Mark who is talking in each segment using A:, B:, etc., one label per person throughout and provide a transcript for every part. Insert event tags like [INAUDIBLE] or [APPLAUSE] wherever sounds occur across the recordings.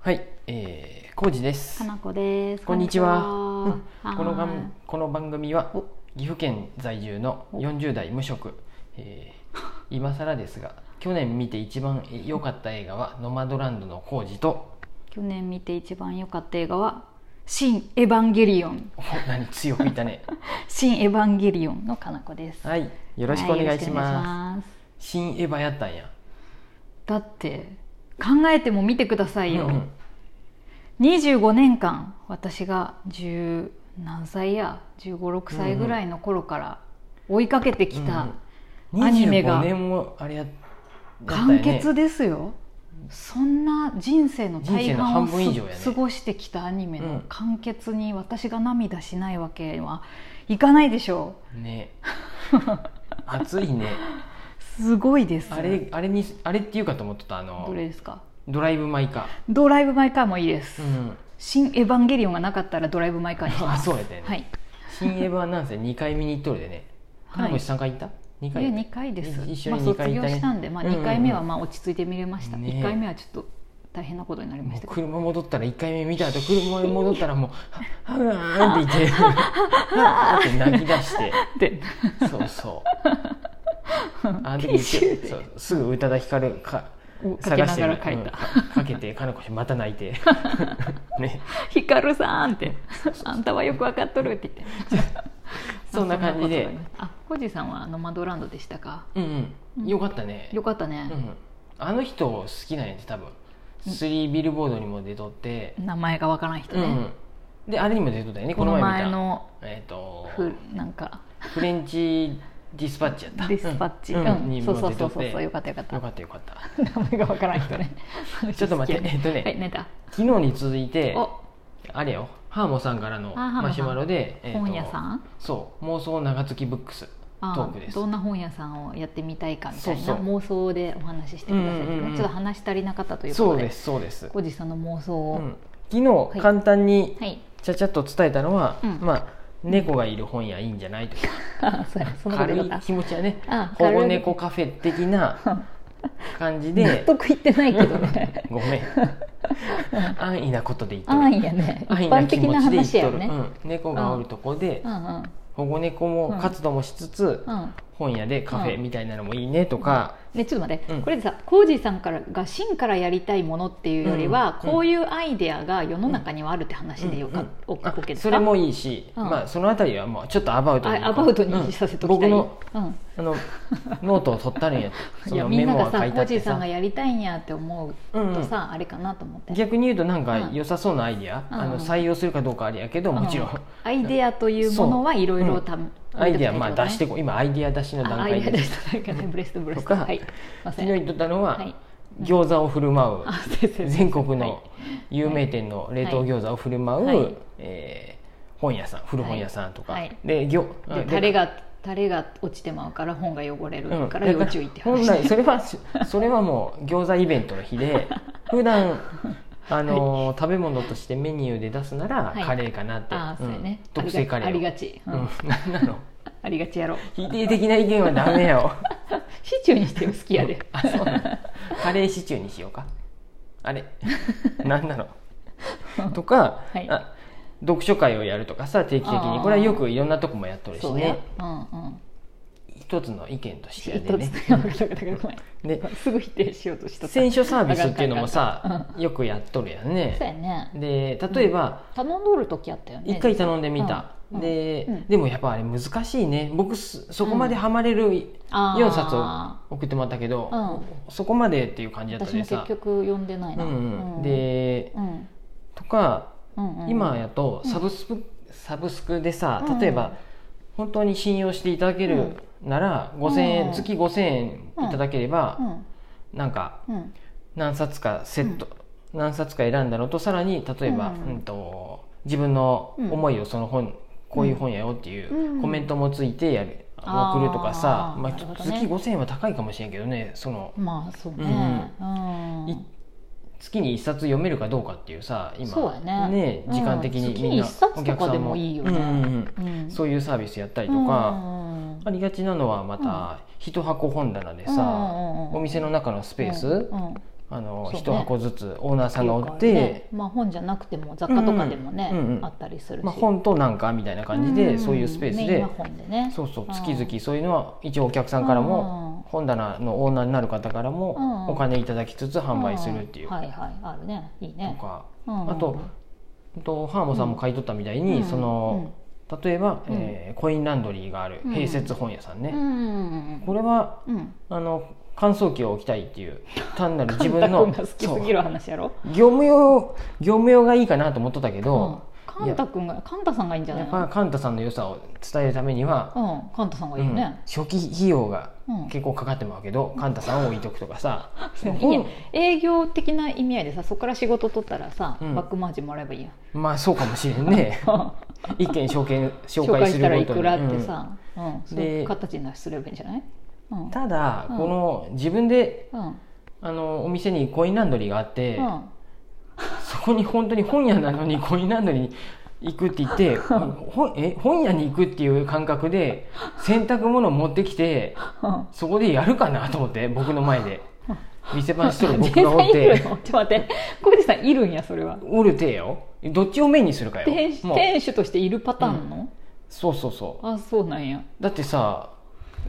A: はい、えー、コウジです
B: か。なこです。
A: こんにちは
B: こんにちは
A: このが
B: は
A: んこの番組は
B: お
A: 岐阜県在住の40代無職、え
B: [LAUGHS]
A: ー、今更ですが、去年見て一番良かった映画はノマドランドのコウジと、
B: い去年見て一番良かった映画は新エヴァンゲリオン、 [LAUGHS]
A: お何強くいたね。
B: 新エヴァンゲリオンのかなこです。はい
A: はい、よ
B: よ
A: ろしくお願いし
B: ろしくお
A: ま。
B: 願いします
A: 新エヴァやったんや。
B: だって考えても見てくださいよ。
A: うんうん
B: 25年間私が10何歳や15、6歳ぐらいの頃から追いかけてきた、
A: うんうん
B: アニメが
A: 25年もあれややったよね
B: 完結ですよそんな人生の
A: 人
B: 大半を
A: 生の半分以上やね
B: す過ごしてきたアニメ
A: う
B: の
A: ん
B: 完結に私が涙しないわけにはいかないでしょ [LAUGHS]
A: ね。熱いね。
B: うすごいです
A: あれあれにあれっていうかと思ってたあ
B: ど
A: の
B: れですか
A: ドライブマイカ
B: 「ドライブ・マイ・カー」もいいです「
A: ー。うん。
B: 新エヴァンゲリオン」がなかったら「ドライブ・マイ・カー」にしま
A: あ [LAUGHS]
B: す
A: そうやったよね。
B: はい、
A: 新エヴァなんせ2回見に行っとるでね。金
B: はい、
A: 星3回行った ?2 回
B: いや2回です
A: 一緒
B: まあ、
A: に2回
B: 卒
A: 行っ
B: 業
A: たね
B: したんで、まあ、
A: うんうんうん
B: 2回目はまあ落ち着いて見れました、
A: ね
B: 1回目はちょっと大変なことになりま
A: も
B: し
A: う
B: たけど
A: 車戻ったら1回目見た後車に戻ったらも
B: [LAUGHS]
A: う「ははーん」って言ってははーんって泣き出して
B: [LAUGHS] で
A: そうそう
B: [LAUGHS]
A: あの時言ってそうすぐ宇多田ヒカルか
B: かけ
A: 探
B: な
A: して
B: が
A: る
B: ら書い
A: う
B: た
A: んかかけて金子氏また泣い
B: [LAUGHS]
A: てね
B: ヒカルさんって「あんたはよくわかっとる」って言って
A: そんな感じで
B: あコジさんはノマドランドでしたか
A: うんうんよかったね
B: よかったね
A: う、んあの人好きなんやって多分3ビルボードにも出とって
B: 名前がわからん人
A: う
B: ね、
A: んであれにも出とったよね
B: こ
A: こ
B: の
A: の前見た
B: 前の
A: えっ、と
B: ふなんか
A: フレンチディスパッチやった
B: ディスパッチ、
A: う
B: うんん
A: うんに
B: そ
A: も
B: うそう
A: 出
B: そ
A: とっ
B: うそう
A: て
B: そうよかったよかった
A: よかったよかった
B: 名前がわからん人ね
A: [LAUGHS] ちょっと待ってえっとね
B: はい、ネタ
A: 昨日に続いて
B: お
A: あれよハーモさんからの
B: あハーモさん
A: マシュマロで、えーと
B: 本屋さん
A: そう妄想長月ブックスト
B: あ
A: ークです
B: どんな本屋さんをやってみたいかみたいな
A: そうそう
B: 妄想でお話ししてくださいってね、
A: うんうんうん
B: ちょっと話し足りなかったというこ
A: そ
B: と
A: う
B: で
A: ですそうです、
B: コジさんの妄想
A: う
B: を、
A: ん、昨日簡単に
B: はい [LAUGHS]
A: ちゃちゃっと伝えたのは、
B: うん
A: まあ猫がいる本屋いいんじゃないとか
B: そうやそのこと
A: 軽
B: よ
A: い
B: かっ
A: 気持ちはね
B: あ
A: 保
B: 軽い
A: 護猫カフェ的な感じ
B: た納
A: で
B: 得いってないけどね
A: ごめん安易なことで言っとる
B: 安易
A: [LAUGHS]
B: やね一
A: 安易
B: 般
A: 気
B: 的
A: 持
B: な
A: ちで言っ
B: 話
A: と
B: や
A: る
B: ね、
A: うん、猫がおるとこで
B: うんうん
A: 保護猫も活動もしつつ、
B: うん
A: 本屋でカフェみたいなのもいいねとか、
B: ね、ちょっと待って、
A: うん
B: これでさ浩二さんからが真からやりたいものっていうよりは、
A: うん
B: こういうアイデアが世の中にはあるって話でよか、
A: うんうん
B: お OK ですか
A: それもいいし、
B: うん
A: まあ、そのあたりはもうちょっとアバウトに
B: あアバウトにさせときたい、
A: うん僕
B: うん
A: のあのノートを取ったるん
B: [LAUGHS]
A: やそ
B: いや
A: の
B: み
A: メ
B: んな
A: モ
B: が
A: が書
B: さ
A: いてあ
B: 浩
A: って
B: 二さん
A: さ
B: がやりたいんやって思うとさ、あれかなと思って、
A: 逆に言うとなんか
B: うん
A: 良さそうなアイディア、
B: うん
A: あの採用するかどうかあれやけどもちろん、
B: うんアイデアというものはいろいろため
A: アイディアまあ出してこ今アイディア出しの段
B: あア
A: 階
B: イデア出
A: で
B: したなんかねブレストブレス
A: と
B: ト
A: か
B: はいすいませ
A: 昨
B: ん
A: 日言っとったのは、
B: はい
A: 餃子を振る舞う
B: あ先生
A: 全国
B: は
A: の有名店の冷凍餃子を振る舞う、
B: はい
A: えー本屋さん古本屋さんとか、
B: はい
A: でぎょ
B: いで
A: で
B: タレがタレが落ちてまうから本が汚れる
A: うん
B: から要注意って
A: だから
B: 話
A: 本来それはそれはもう餃子イベントの日
B: [LAUGHS]
A: で普段あのー食べ物としてメニューで出すなら、
B: はい
A: カレーかなって、
B: [LAUGHS] あーそうやね
A: ん特製カレーを
B: ありがち
A: う
B: あ
A: ん
B: りがち
A: なん [LAUGHS] なの
B: [LAUGHS] ありがちやろ
A: 否定的な意見はダメよ
B: シチューにしてよ好きやで
A: あそうなの [LAUGHS] カレーシチューにしようかあ
B: [LAUGHS]
A: れなんなのとか、
B: はい
A: あ読書会をやるとかさ定期的
B: あ
A: に
B: ー
A: これはよくいろんなとこもやっとるし
B: そうや
A: ね
B: うんうん
A: 一つの意見として
B: 一
A: や
B: つ
A: でね
B: [LAUGHS] だからごめ
A: で
B: んすぐ否定しようとしとった
A: 選書サービスっていうのも
B: あかんあかんあ
A: さ
B: か
A: よくやっとるやん
B: そう
A: ね
B: やね
A: で例えば
B: 頼んどる時あったよね
A: 一回頼んでみた、
B: うんうん
A: で、
B: うん
A: でもやっぱあれ難しいね僕すそこまでハマれる
B: あー
A: 4冊を送ってもらったけど、そこまでっていう感じだった
B: 私
A: で
B: も結
A: さ、
B: 局読んでないな
A: うんうん、で
B: うん
A: とか
B: うんうん
A: 今やとサブスク、サブスクでさ
B: うん
A: 例えば、本当に信用していただけるなら、
B: ん
A: 5000円、
B: うん
A: 月5000円いただければ
B: う、ん
A: なんか
B: うん
A: 何冊かセット、何冊か選んだのとさらに例えば、う
B: うんん
A: と自分の思いをその本、こういう本やよっていううんコメントもついてやる、送るとかさ
B: あー
A: まあ、
B: なるほどね
A: 月5000円は高いかもしれんけどねその
B: まあそうねうん
A: い月に1冊読めるかどうかっていうさ今
B: そうやねうん
A: 時間的に
B: 月に
A: みんな
B: 一冊とかでもいいよね
A: お客さんもうんうんうん
B: うん
A: そういうサービスやったりと
B: うん
A: か、
B: うんうん
A: ありがちなのはまた一箱本棚でさ、
B: うんうんうん
A: お店の中のスペース、
B: うんうん
A: あの、
B: そうね
A: 一箱ずつオーナーさんがおっ
B: って
A: て、
B: いうかねまあ、本じゃなくても雑貨とかでもね、
A: うんうんうんうん
B: あったりするし、
A: まあ、本となんかみたいな感じで、
B: ん
A: そういうスペース
B: メイン
A: で
B: は本でね
A: そうそう
B: あー
A: 月々そういうのは一応お客さんからも本棚のオーナーになる方から
B: うん
A: もお金いただきつつ販売するっていう
B: うんはいはいあるねいい
A: と
B: ね
A: か、
B: うん
A: あとあとハーモさんも買い取ったみたいに、
B: うん
A: その、例えば、
B: うん
A: えーコインランドリーがある
B: うん
A: 併設本屋さん
B: う
A: ね
B: ん、うん
A: これは
B: うんうん
A: あの乾燥機を置きたいっていう単
B: [LAUGHS]
A: なる自分
B: カ
A: の
B: ンタ君が好き
A: そう
B: すぎる話やろ
A: 業務用業務用がいいかなと思っとったけど、
B: うん、カンタ君がカンタさんがいいんじゃな
A: や
B: い
A: っ
B: の
A: ぱカンタさんの良さを伝えるためには、
B: うんカンタさんがいい
A: うん
B: よね、
A: 初期費用が
B: うん
A: 結構かかってまうけど、カンタさんを置いとくとかさ
B: そうねいや
A: 本
B: 営業的な意味合いでさそこから仕事取ったらさ、
A: うん
B: バックマージンもらえばいいやん
A: まあそうかもしれん
B: [LAUGHS]
A: ね一件紹介紹
B: 紹
A: 介
B: 介
A: す
B: し
A: る
B: たら
A: ご
B: い
A: と
B: く
A: に
B: らってさ、うんそうい
A: で
B: う形にすればいいんじゃない、うん
A: うんただ、
B: うん
A: この自分で
B: うん
A: あのお店にコインランドリーがあって、
B: うん
A: そこに本当に本屋なのにコインランドリーに行くって言
B: [LAUGHS]
A: って本え本屋に行くっていう感覚で洗濯物を持ってきて
B: うん
A: そこでやるかなと思って僕の前で店番しとる
B: [LAUGHS]
A: 僕
B: 全
A: がおっ
B: 然いる
A: て
B: のちょっと待って浩二さんいるんやそれは
A: おるてよどっちをメインにするかよ
B: 店
A: もう
B: 店主としているパターンの、
A: そうそうそ
B: あそうなんや、
A: うだってさ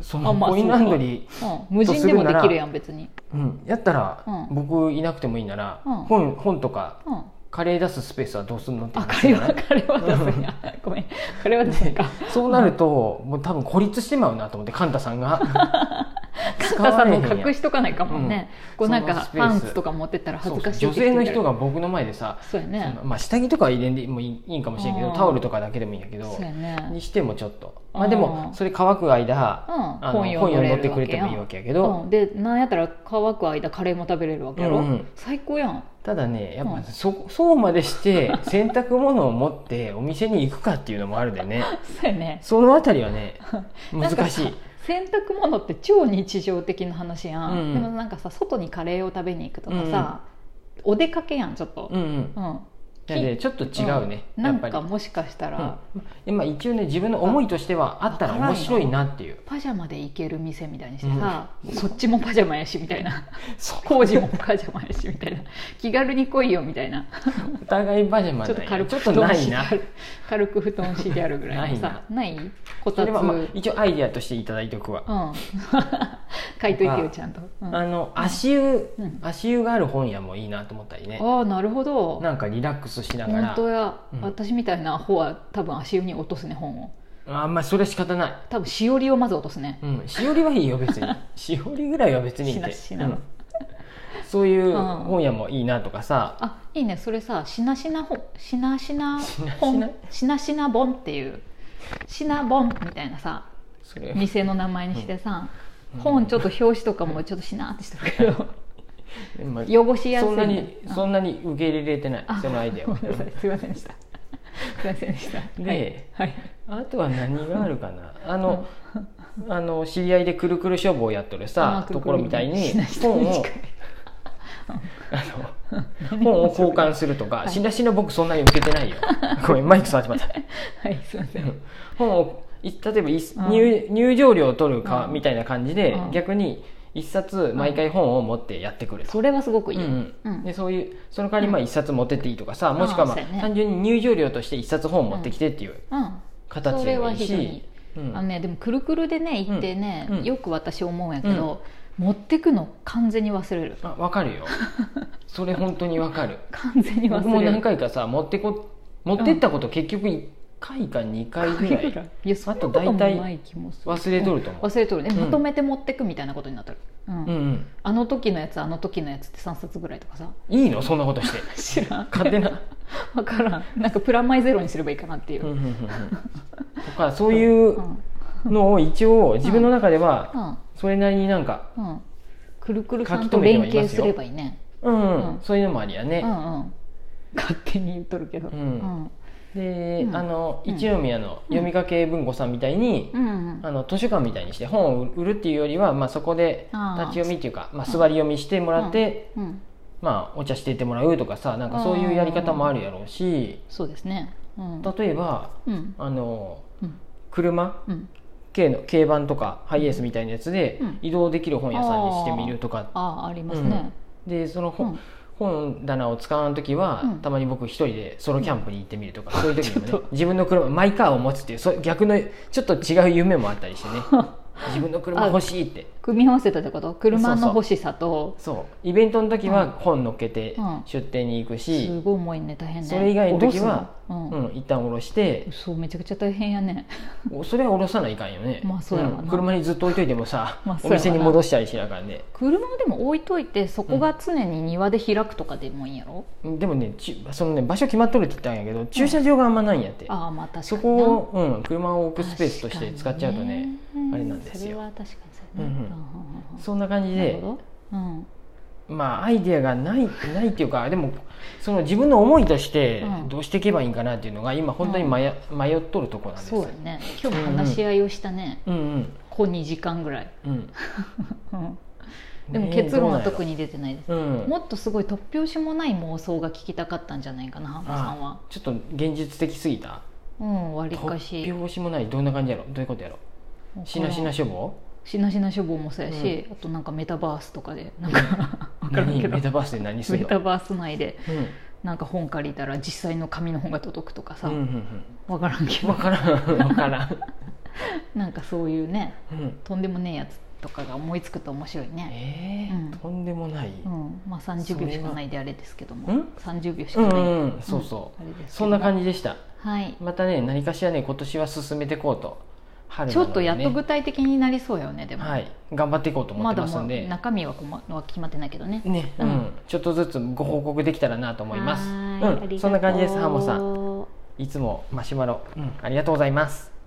A: そ
B: あ
A: の
B: まあ
A: コインランドリ
B: うん、無人でもできるやん別に
A: ー、うん、やったら、
B: う
A: 僕いなくてもいいなら、
B: うん
A: 本本とか
B: うん
A: カレー出すスペースはどうするのって
B: あ
A: 話
B: カ
A: じ
B: レ
A: ゃ
B: ー
A: な
B: はいカレーは出すんやごめんカレーは出すんか
A: そうなると、もう多分孤立してまうなと思ってカンタさんが
B: [LAUGHS] カンタさん
A: 使われへんや
B: も
A: ん
B: 隠しとかないかもね、こうなん
A: その
B: か
A: スペー
B: パ
A: ス
B: ンツとか持ってったら恥ずかしい
A: そうそう女性の人
B: が
A: が僕の前でさ、
B: そうやね
A: そのまあ、下着とかは入れんでもいいいいんかもしれんけど
B: うん
A: タオルとかだけでもいいんやけど
B: そうやね
A: にしてもちょっと、
B: うん
A: まあ、でもそれ乾く間、
B: うん
A: あの
B: 本
A: 本
B: 読ん
A: 読
B: で
A: ん
B: くれるわけ
A: どってくれ
B: やん
A: てもいいわけやけど、
B: うん、でなんやったら乾く間カレーも食べれるわけやろ、
A: うんうん
B: 最高やん [LAUGHS]
A: ただねやっ
B: うん
A: ぱそ,、そうまでして洗濯物を持ってお店に行くかっていうのもあるで
B: [LAUGHS]
A: ね
B: そうやね
A: そのあたりはね
B: なんか
A: 難しい
B: さ洗濯物って超日常的な話やん、
A: うん
B: でもなんかさ外にカレーを食べに行くとかさ、お出かけやんちょっと、
A: うんうん
B: うん
A: いやねちょっと違うね、
B: うん
A: やっ
B: なん
A: ぱり
B: かもしかしたら、
A: うんでまあ、一応ね自分の思いとしてはあったら面白いなっていう
B: パジャマで行ける店みたいにしてさ、そっちもパジャマやしみたいな
A: [LAUGHS] そう
B: 工事もパジャマやしみたいな気軽に来いよみたいな
A: お互いパジャマ
B: ちょっ
A: な
B: と
A: い
B: 軽
A: ちょ
B: く
A: っ
B: 布
A: とな
B: 団
A: い
B: 敷いて [LAUGHS]
A: な
B: ある軽く布団敷いてあるぐらいのさないこ
A: そ
B: たつ、
A: れは、まあ、一応アイディアとしていただいておくわ、
B: うん書いといてよちゃんと、うん
A: あの足湯、
B: うん
A: 足湯がある本屋もいいなと思ったりね
B: ああなるほど
A: なんかリラックスしなが
B: 本
A: ら
B: 当や、
A: うん
B: 私みたいなアホは多分足湯に落とすね本を
A: あんまあそれは仕方ない、
B: 多分しおりをまず落とすね
A: うん、しおりはいいよ
B: [LAUGHS]
A: 別にしおりぐらいは別にいいって
B: しなしな
A: うんそういう
B: うん
A: 本屋もいいなとかさ、
B: あいいねそれさしなしな本しなしな
A: しな
B: 本しなしな本っていうしな本みたいなさ
A: それ
B: 店の名前にしてさ、
A: うん
B: 本ちょっと表紙とかもちょっとしなってしてるけど
A: まあ
B: 汚しやすい
A: そんなに
B: あ
A: そんなに受け入れれてない
B: あ
A: そのアイディア
B: ご
A: は
B: めんなさいすいませんでしたすいませんでした
A: で
B: はい、はい
A: あとは何があるかなあのあの知り合いでくるくる消防をやっとるさ
B: あ
A: ところみたいに
B: しなしな
A: 本
B: に
A: を
B: 近い
A: あの本を交換するとか仕出しの僕そんなに受けて
B: [LAUGHS]
A: ないよごめんマイク触ってまった
B: はいすいません
A: 本をい例えばい
B: うん
A: 入入場料を取るか
B: うん
A: みたいな感じで
B: うん
A: 逆に一冊毎回本を持ってやってくると
B: それはすごくいい、
A: うんう、
B: うんん
A: でそういうその代わりまあ一冊持ってっていいとかさもしくはまあ
B: あーそうやね
A: 単純に入場料として一冊本を持ってきてっていう
B: うん
A: 形
B: そ
A: で
B: れ
A: も
B: はい
A: い
B: 非
A: し、
B: 常に
A: うん
B: あのね、でもくるくるでね行ってね、
A: うんうん
B: よく私思うんやけど、持ってくの完全に忘れる
A: あわかる
B: [LAUGHS]
A: よそれ本当にわかる
B: 完全に忘れる
A: 僕も何回かさ持ってこ持ってったこと結局1回か2回ぐらい、
B: いやそんなこともない気もする
A: 忘れとると思う
B: 忘れとるね、
A: うん
B: まとめて持ってくみたいなことになってる、うん
A: うんうん
B: あの時のやつあの時のやつって3冊ぐらいとかさ
A: いいのそんなことして
B: 知らん
A: 勝手
B: [LAUGHS]
A: な
B: 分からんなんかプラマイゼロにすればいいかなっていう、
A: う
B: うんん
A: うんうんうんとかそういうのを一応自分の中では
B: うん
A: それなりになんか
B: うん、くるくるさん
A: 書き
B: と
A: 留めてはい
B: 連
A: ま
B: 携
A: す
B: す
A: よ
B: ればいいね
A: うん、
B: うん
A: そういうのもありや
B: う
A: ね、
B: んうん勝手に言っとるけど
A: う
B: うんん
A: で、
B: うん
A: あの
B: うん
A: 一宮の読みかけ文庫さんみたいに、
B: うん
A: あの図書館みたいにして本を売るっていうよりは、まあ、そこで
B: あー
A: 立ち読みっていうかまあ、座り読みしてもらって、
B: うん
A: まあ、お茶していってもらうとかさなんかそういうやり方もあるやろうし
B: そうですねうん
A: 例えば
B: うん
A: あの
B: うん
A: 車
B: うん
A: 軽の軽バンとかハイエースみたいなやつで
B: うん
A: 移動できる本屋さんにしてみるとか、
B: ああありますね、
A: でその本,、
B: うん
A: 本棚を使わん時は、
B: うん
A: たまに僕一人でソロキャンプに行ってみるとか、そういう時に
B: [LAUGHS] ち
A: も
B: ょっ
A: ね自分の車マイカーを持つっていうそう逆のちょっと違う夢もあったりしてね
B: [LAUGHS]
A: 自分の車欲しいって
B: 組み合わせたってこと車
A: そうそ
B: の
A: う
B: 欲しさと
A: そうイベントの時
B: う
A: は
B: ん
A: 本乗っけて
B: うん
A: 出店に行くし、
B: すごい重いね大変ね
A: それ以外の時は
B: 下ろすのうん
A: うん、一旦下ろして
B: そうめちゃくちゃ大変やね
A: おそれは下ろさないかんよね、
B: まあそうやわなん
A: 車にずっと置いといてもさ、
B: まあそ
A: お
B: うやわな
A: 店に戻したりしなあかんね
B: 車をでも置いといてそこが常に庭で開くとかでもいいんやろ、
A: でもねちそのね場所決まっとるって言ったんやけど駐車場があんまないんやって、
B: ああまあ確かに
A: そこを、うん、車を置くスペースとして使っちゃうとねあれなんですよ
B: それは確かにそうや
A: うんうん
B: ねうんうんうんうん
A: そんな感じ
B: なる
A: で
B: ほどうん
A: まあアイデアがないないっていうかでもその自分の思いとして
B: うん
A: どうしていけばいいんかなっていうのが今本当に迷,、迷っとるとこなんです
B: そうやね今日も話し合いをしたね、
A: うんうん
B: こう2時間ぐらい、
A: うん
B: うんでも
A: ね
B: 結論は
A: どう
B: 特
A: なんや
B: に出てないです、
A: ろうん
B: もっとすごい突拍子もない妄想が聞きたかったんじゃないかなハンマさんは
A: あちょっと現実的すぎた
B: うんわりか
A: 突
B: し
A: 拍子もないどんな感じやろどういうことやろしなしな
B: し
A: 処方
B: しなしな処方もそうやし、あとなんかメタバースとかでなんか [LAUGHS] 分からん
A: 何
B: けど
A: メタバースで何する
B: メ
A: の
B: タバース内で
A: うんうん
B: なんか本借りたら実際の紙の本が届くとかさ、
A: う
B: わ
A: ん
B: 分からんけ
A: うん
B: ど
A: わからん分からん、
B: なんかそう [LAUGHS] いうね
A: うん、
B: とんでもねえやつとかが思いつくと面白いね、
A: ええ
B: うん
A: とんでもない、
B: うんまあ、30秒しかないであれですけど
A: それは
B: も30秒し
A: うん
B: かな
A: う
B: い、
A: んうんそうそう、
B: あれです
A: そんな感
B: じ
A: じでした
B: はい
A: またね何かしらね今年は進めていこうと春
B: ちょっとやっと具
A: ぐ
B: 体的になりそうよねでも、
A: はい頑張っていこうと思っ
B: ま
A: て
B: だ
A: ます
B: も
A: ん
B: う
A: で、
B: 中身はこまは決まってないけどね
A: ね、う
B: うんん
A: ちょっとずつご報告できたらなと思います
B: はーいありが
A: う
B: と
A: ん、
B: う
A: そんな感じですハモさん
B: ん
A: いつもマシュマロ、うん、ありがとうございます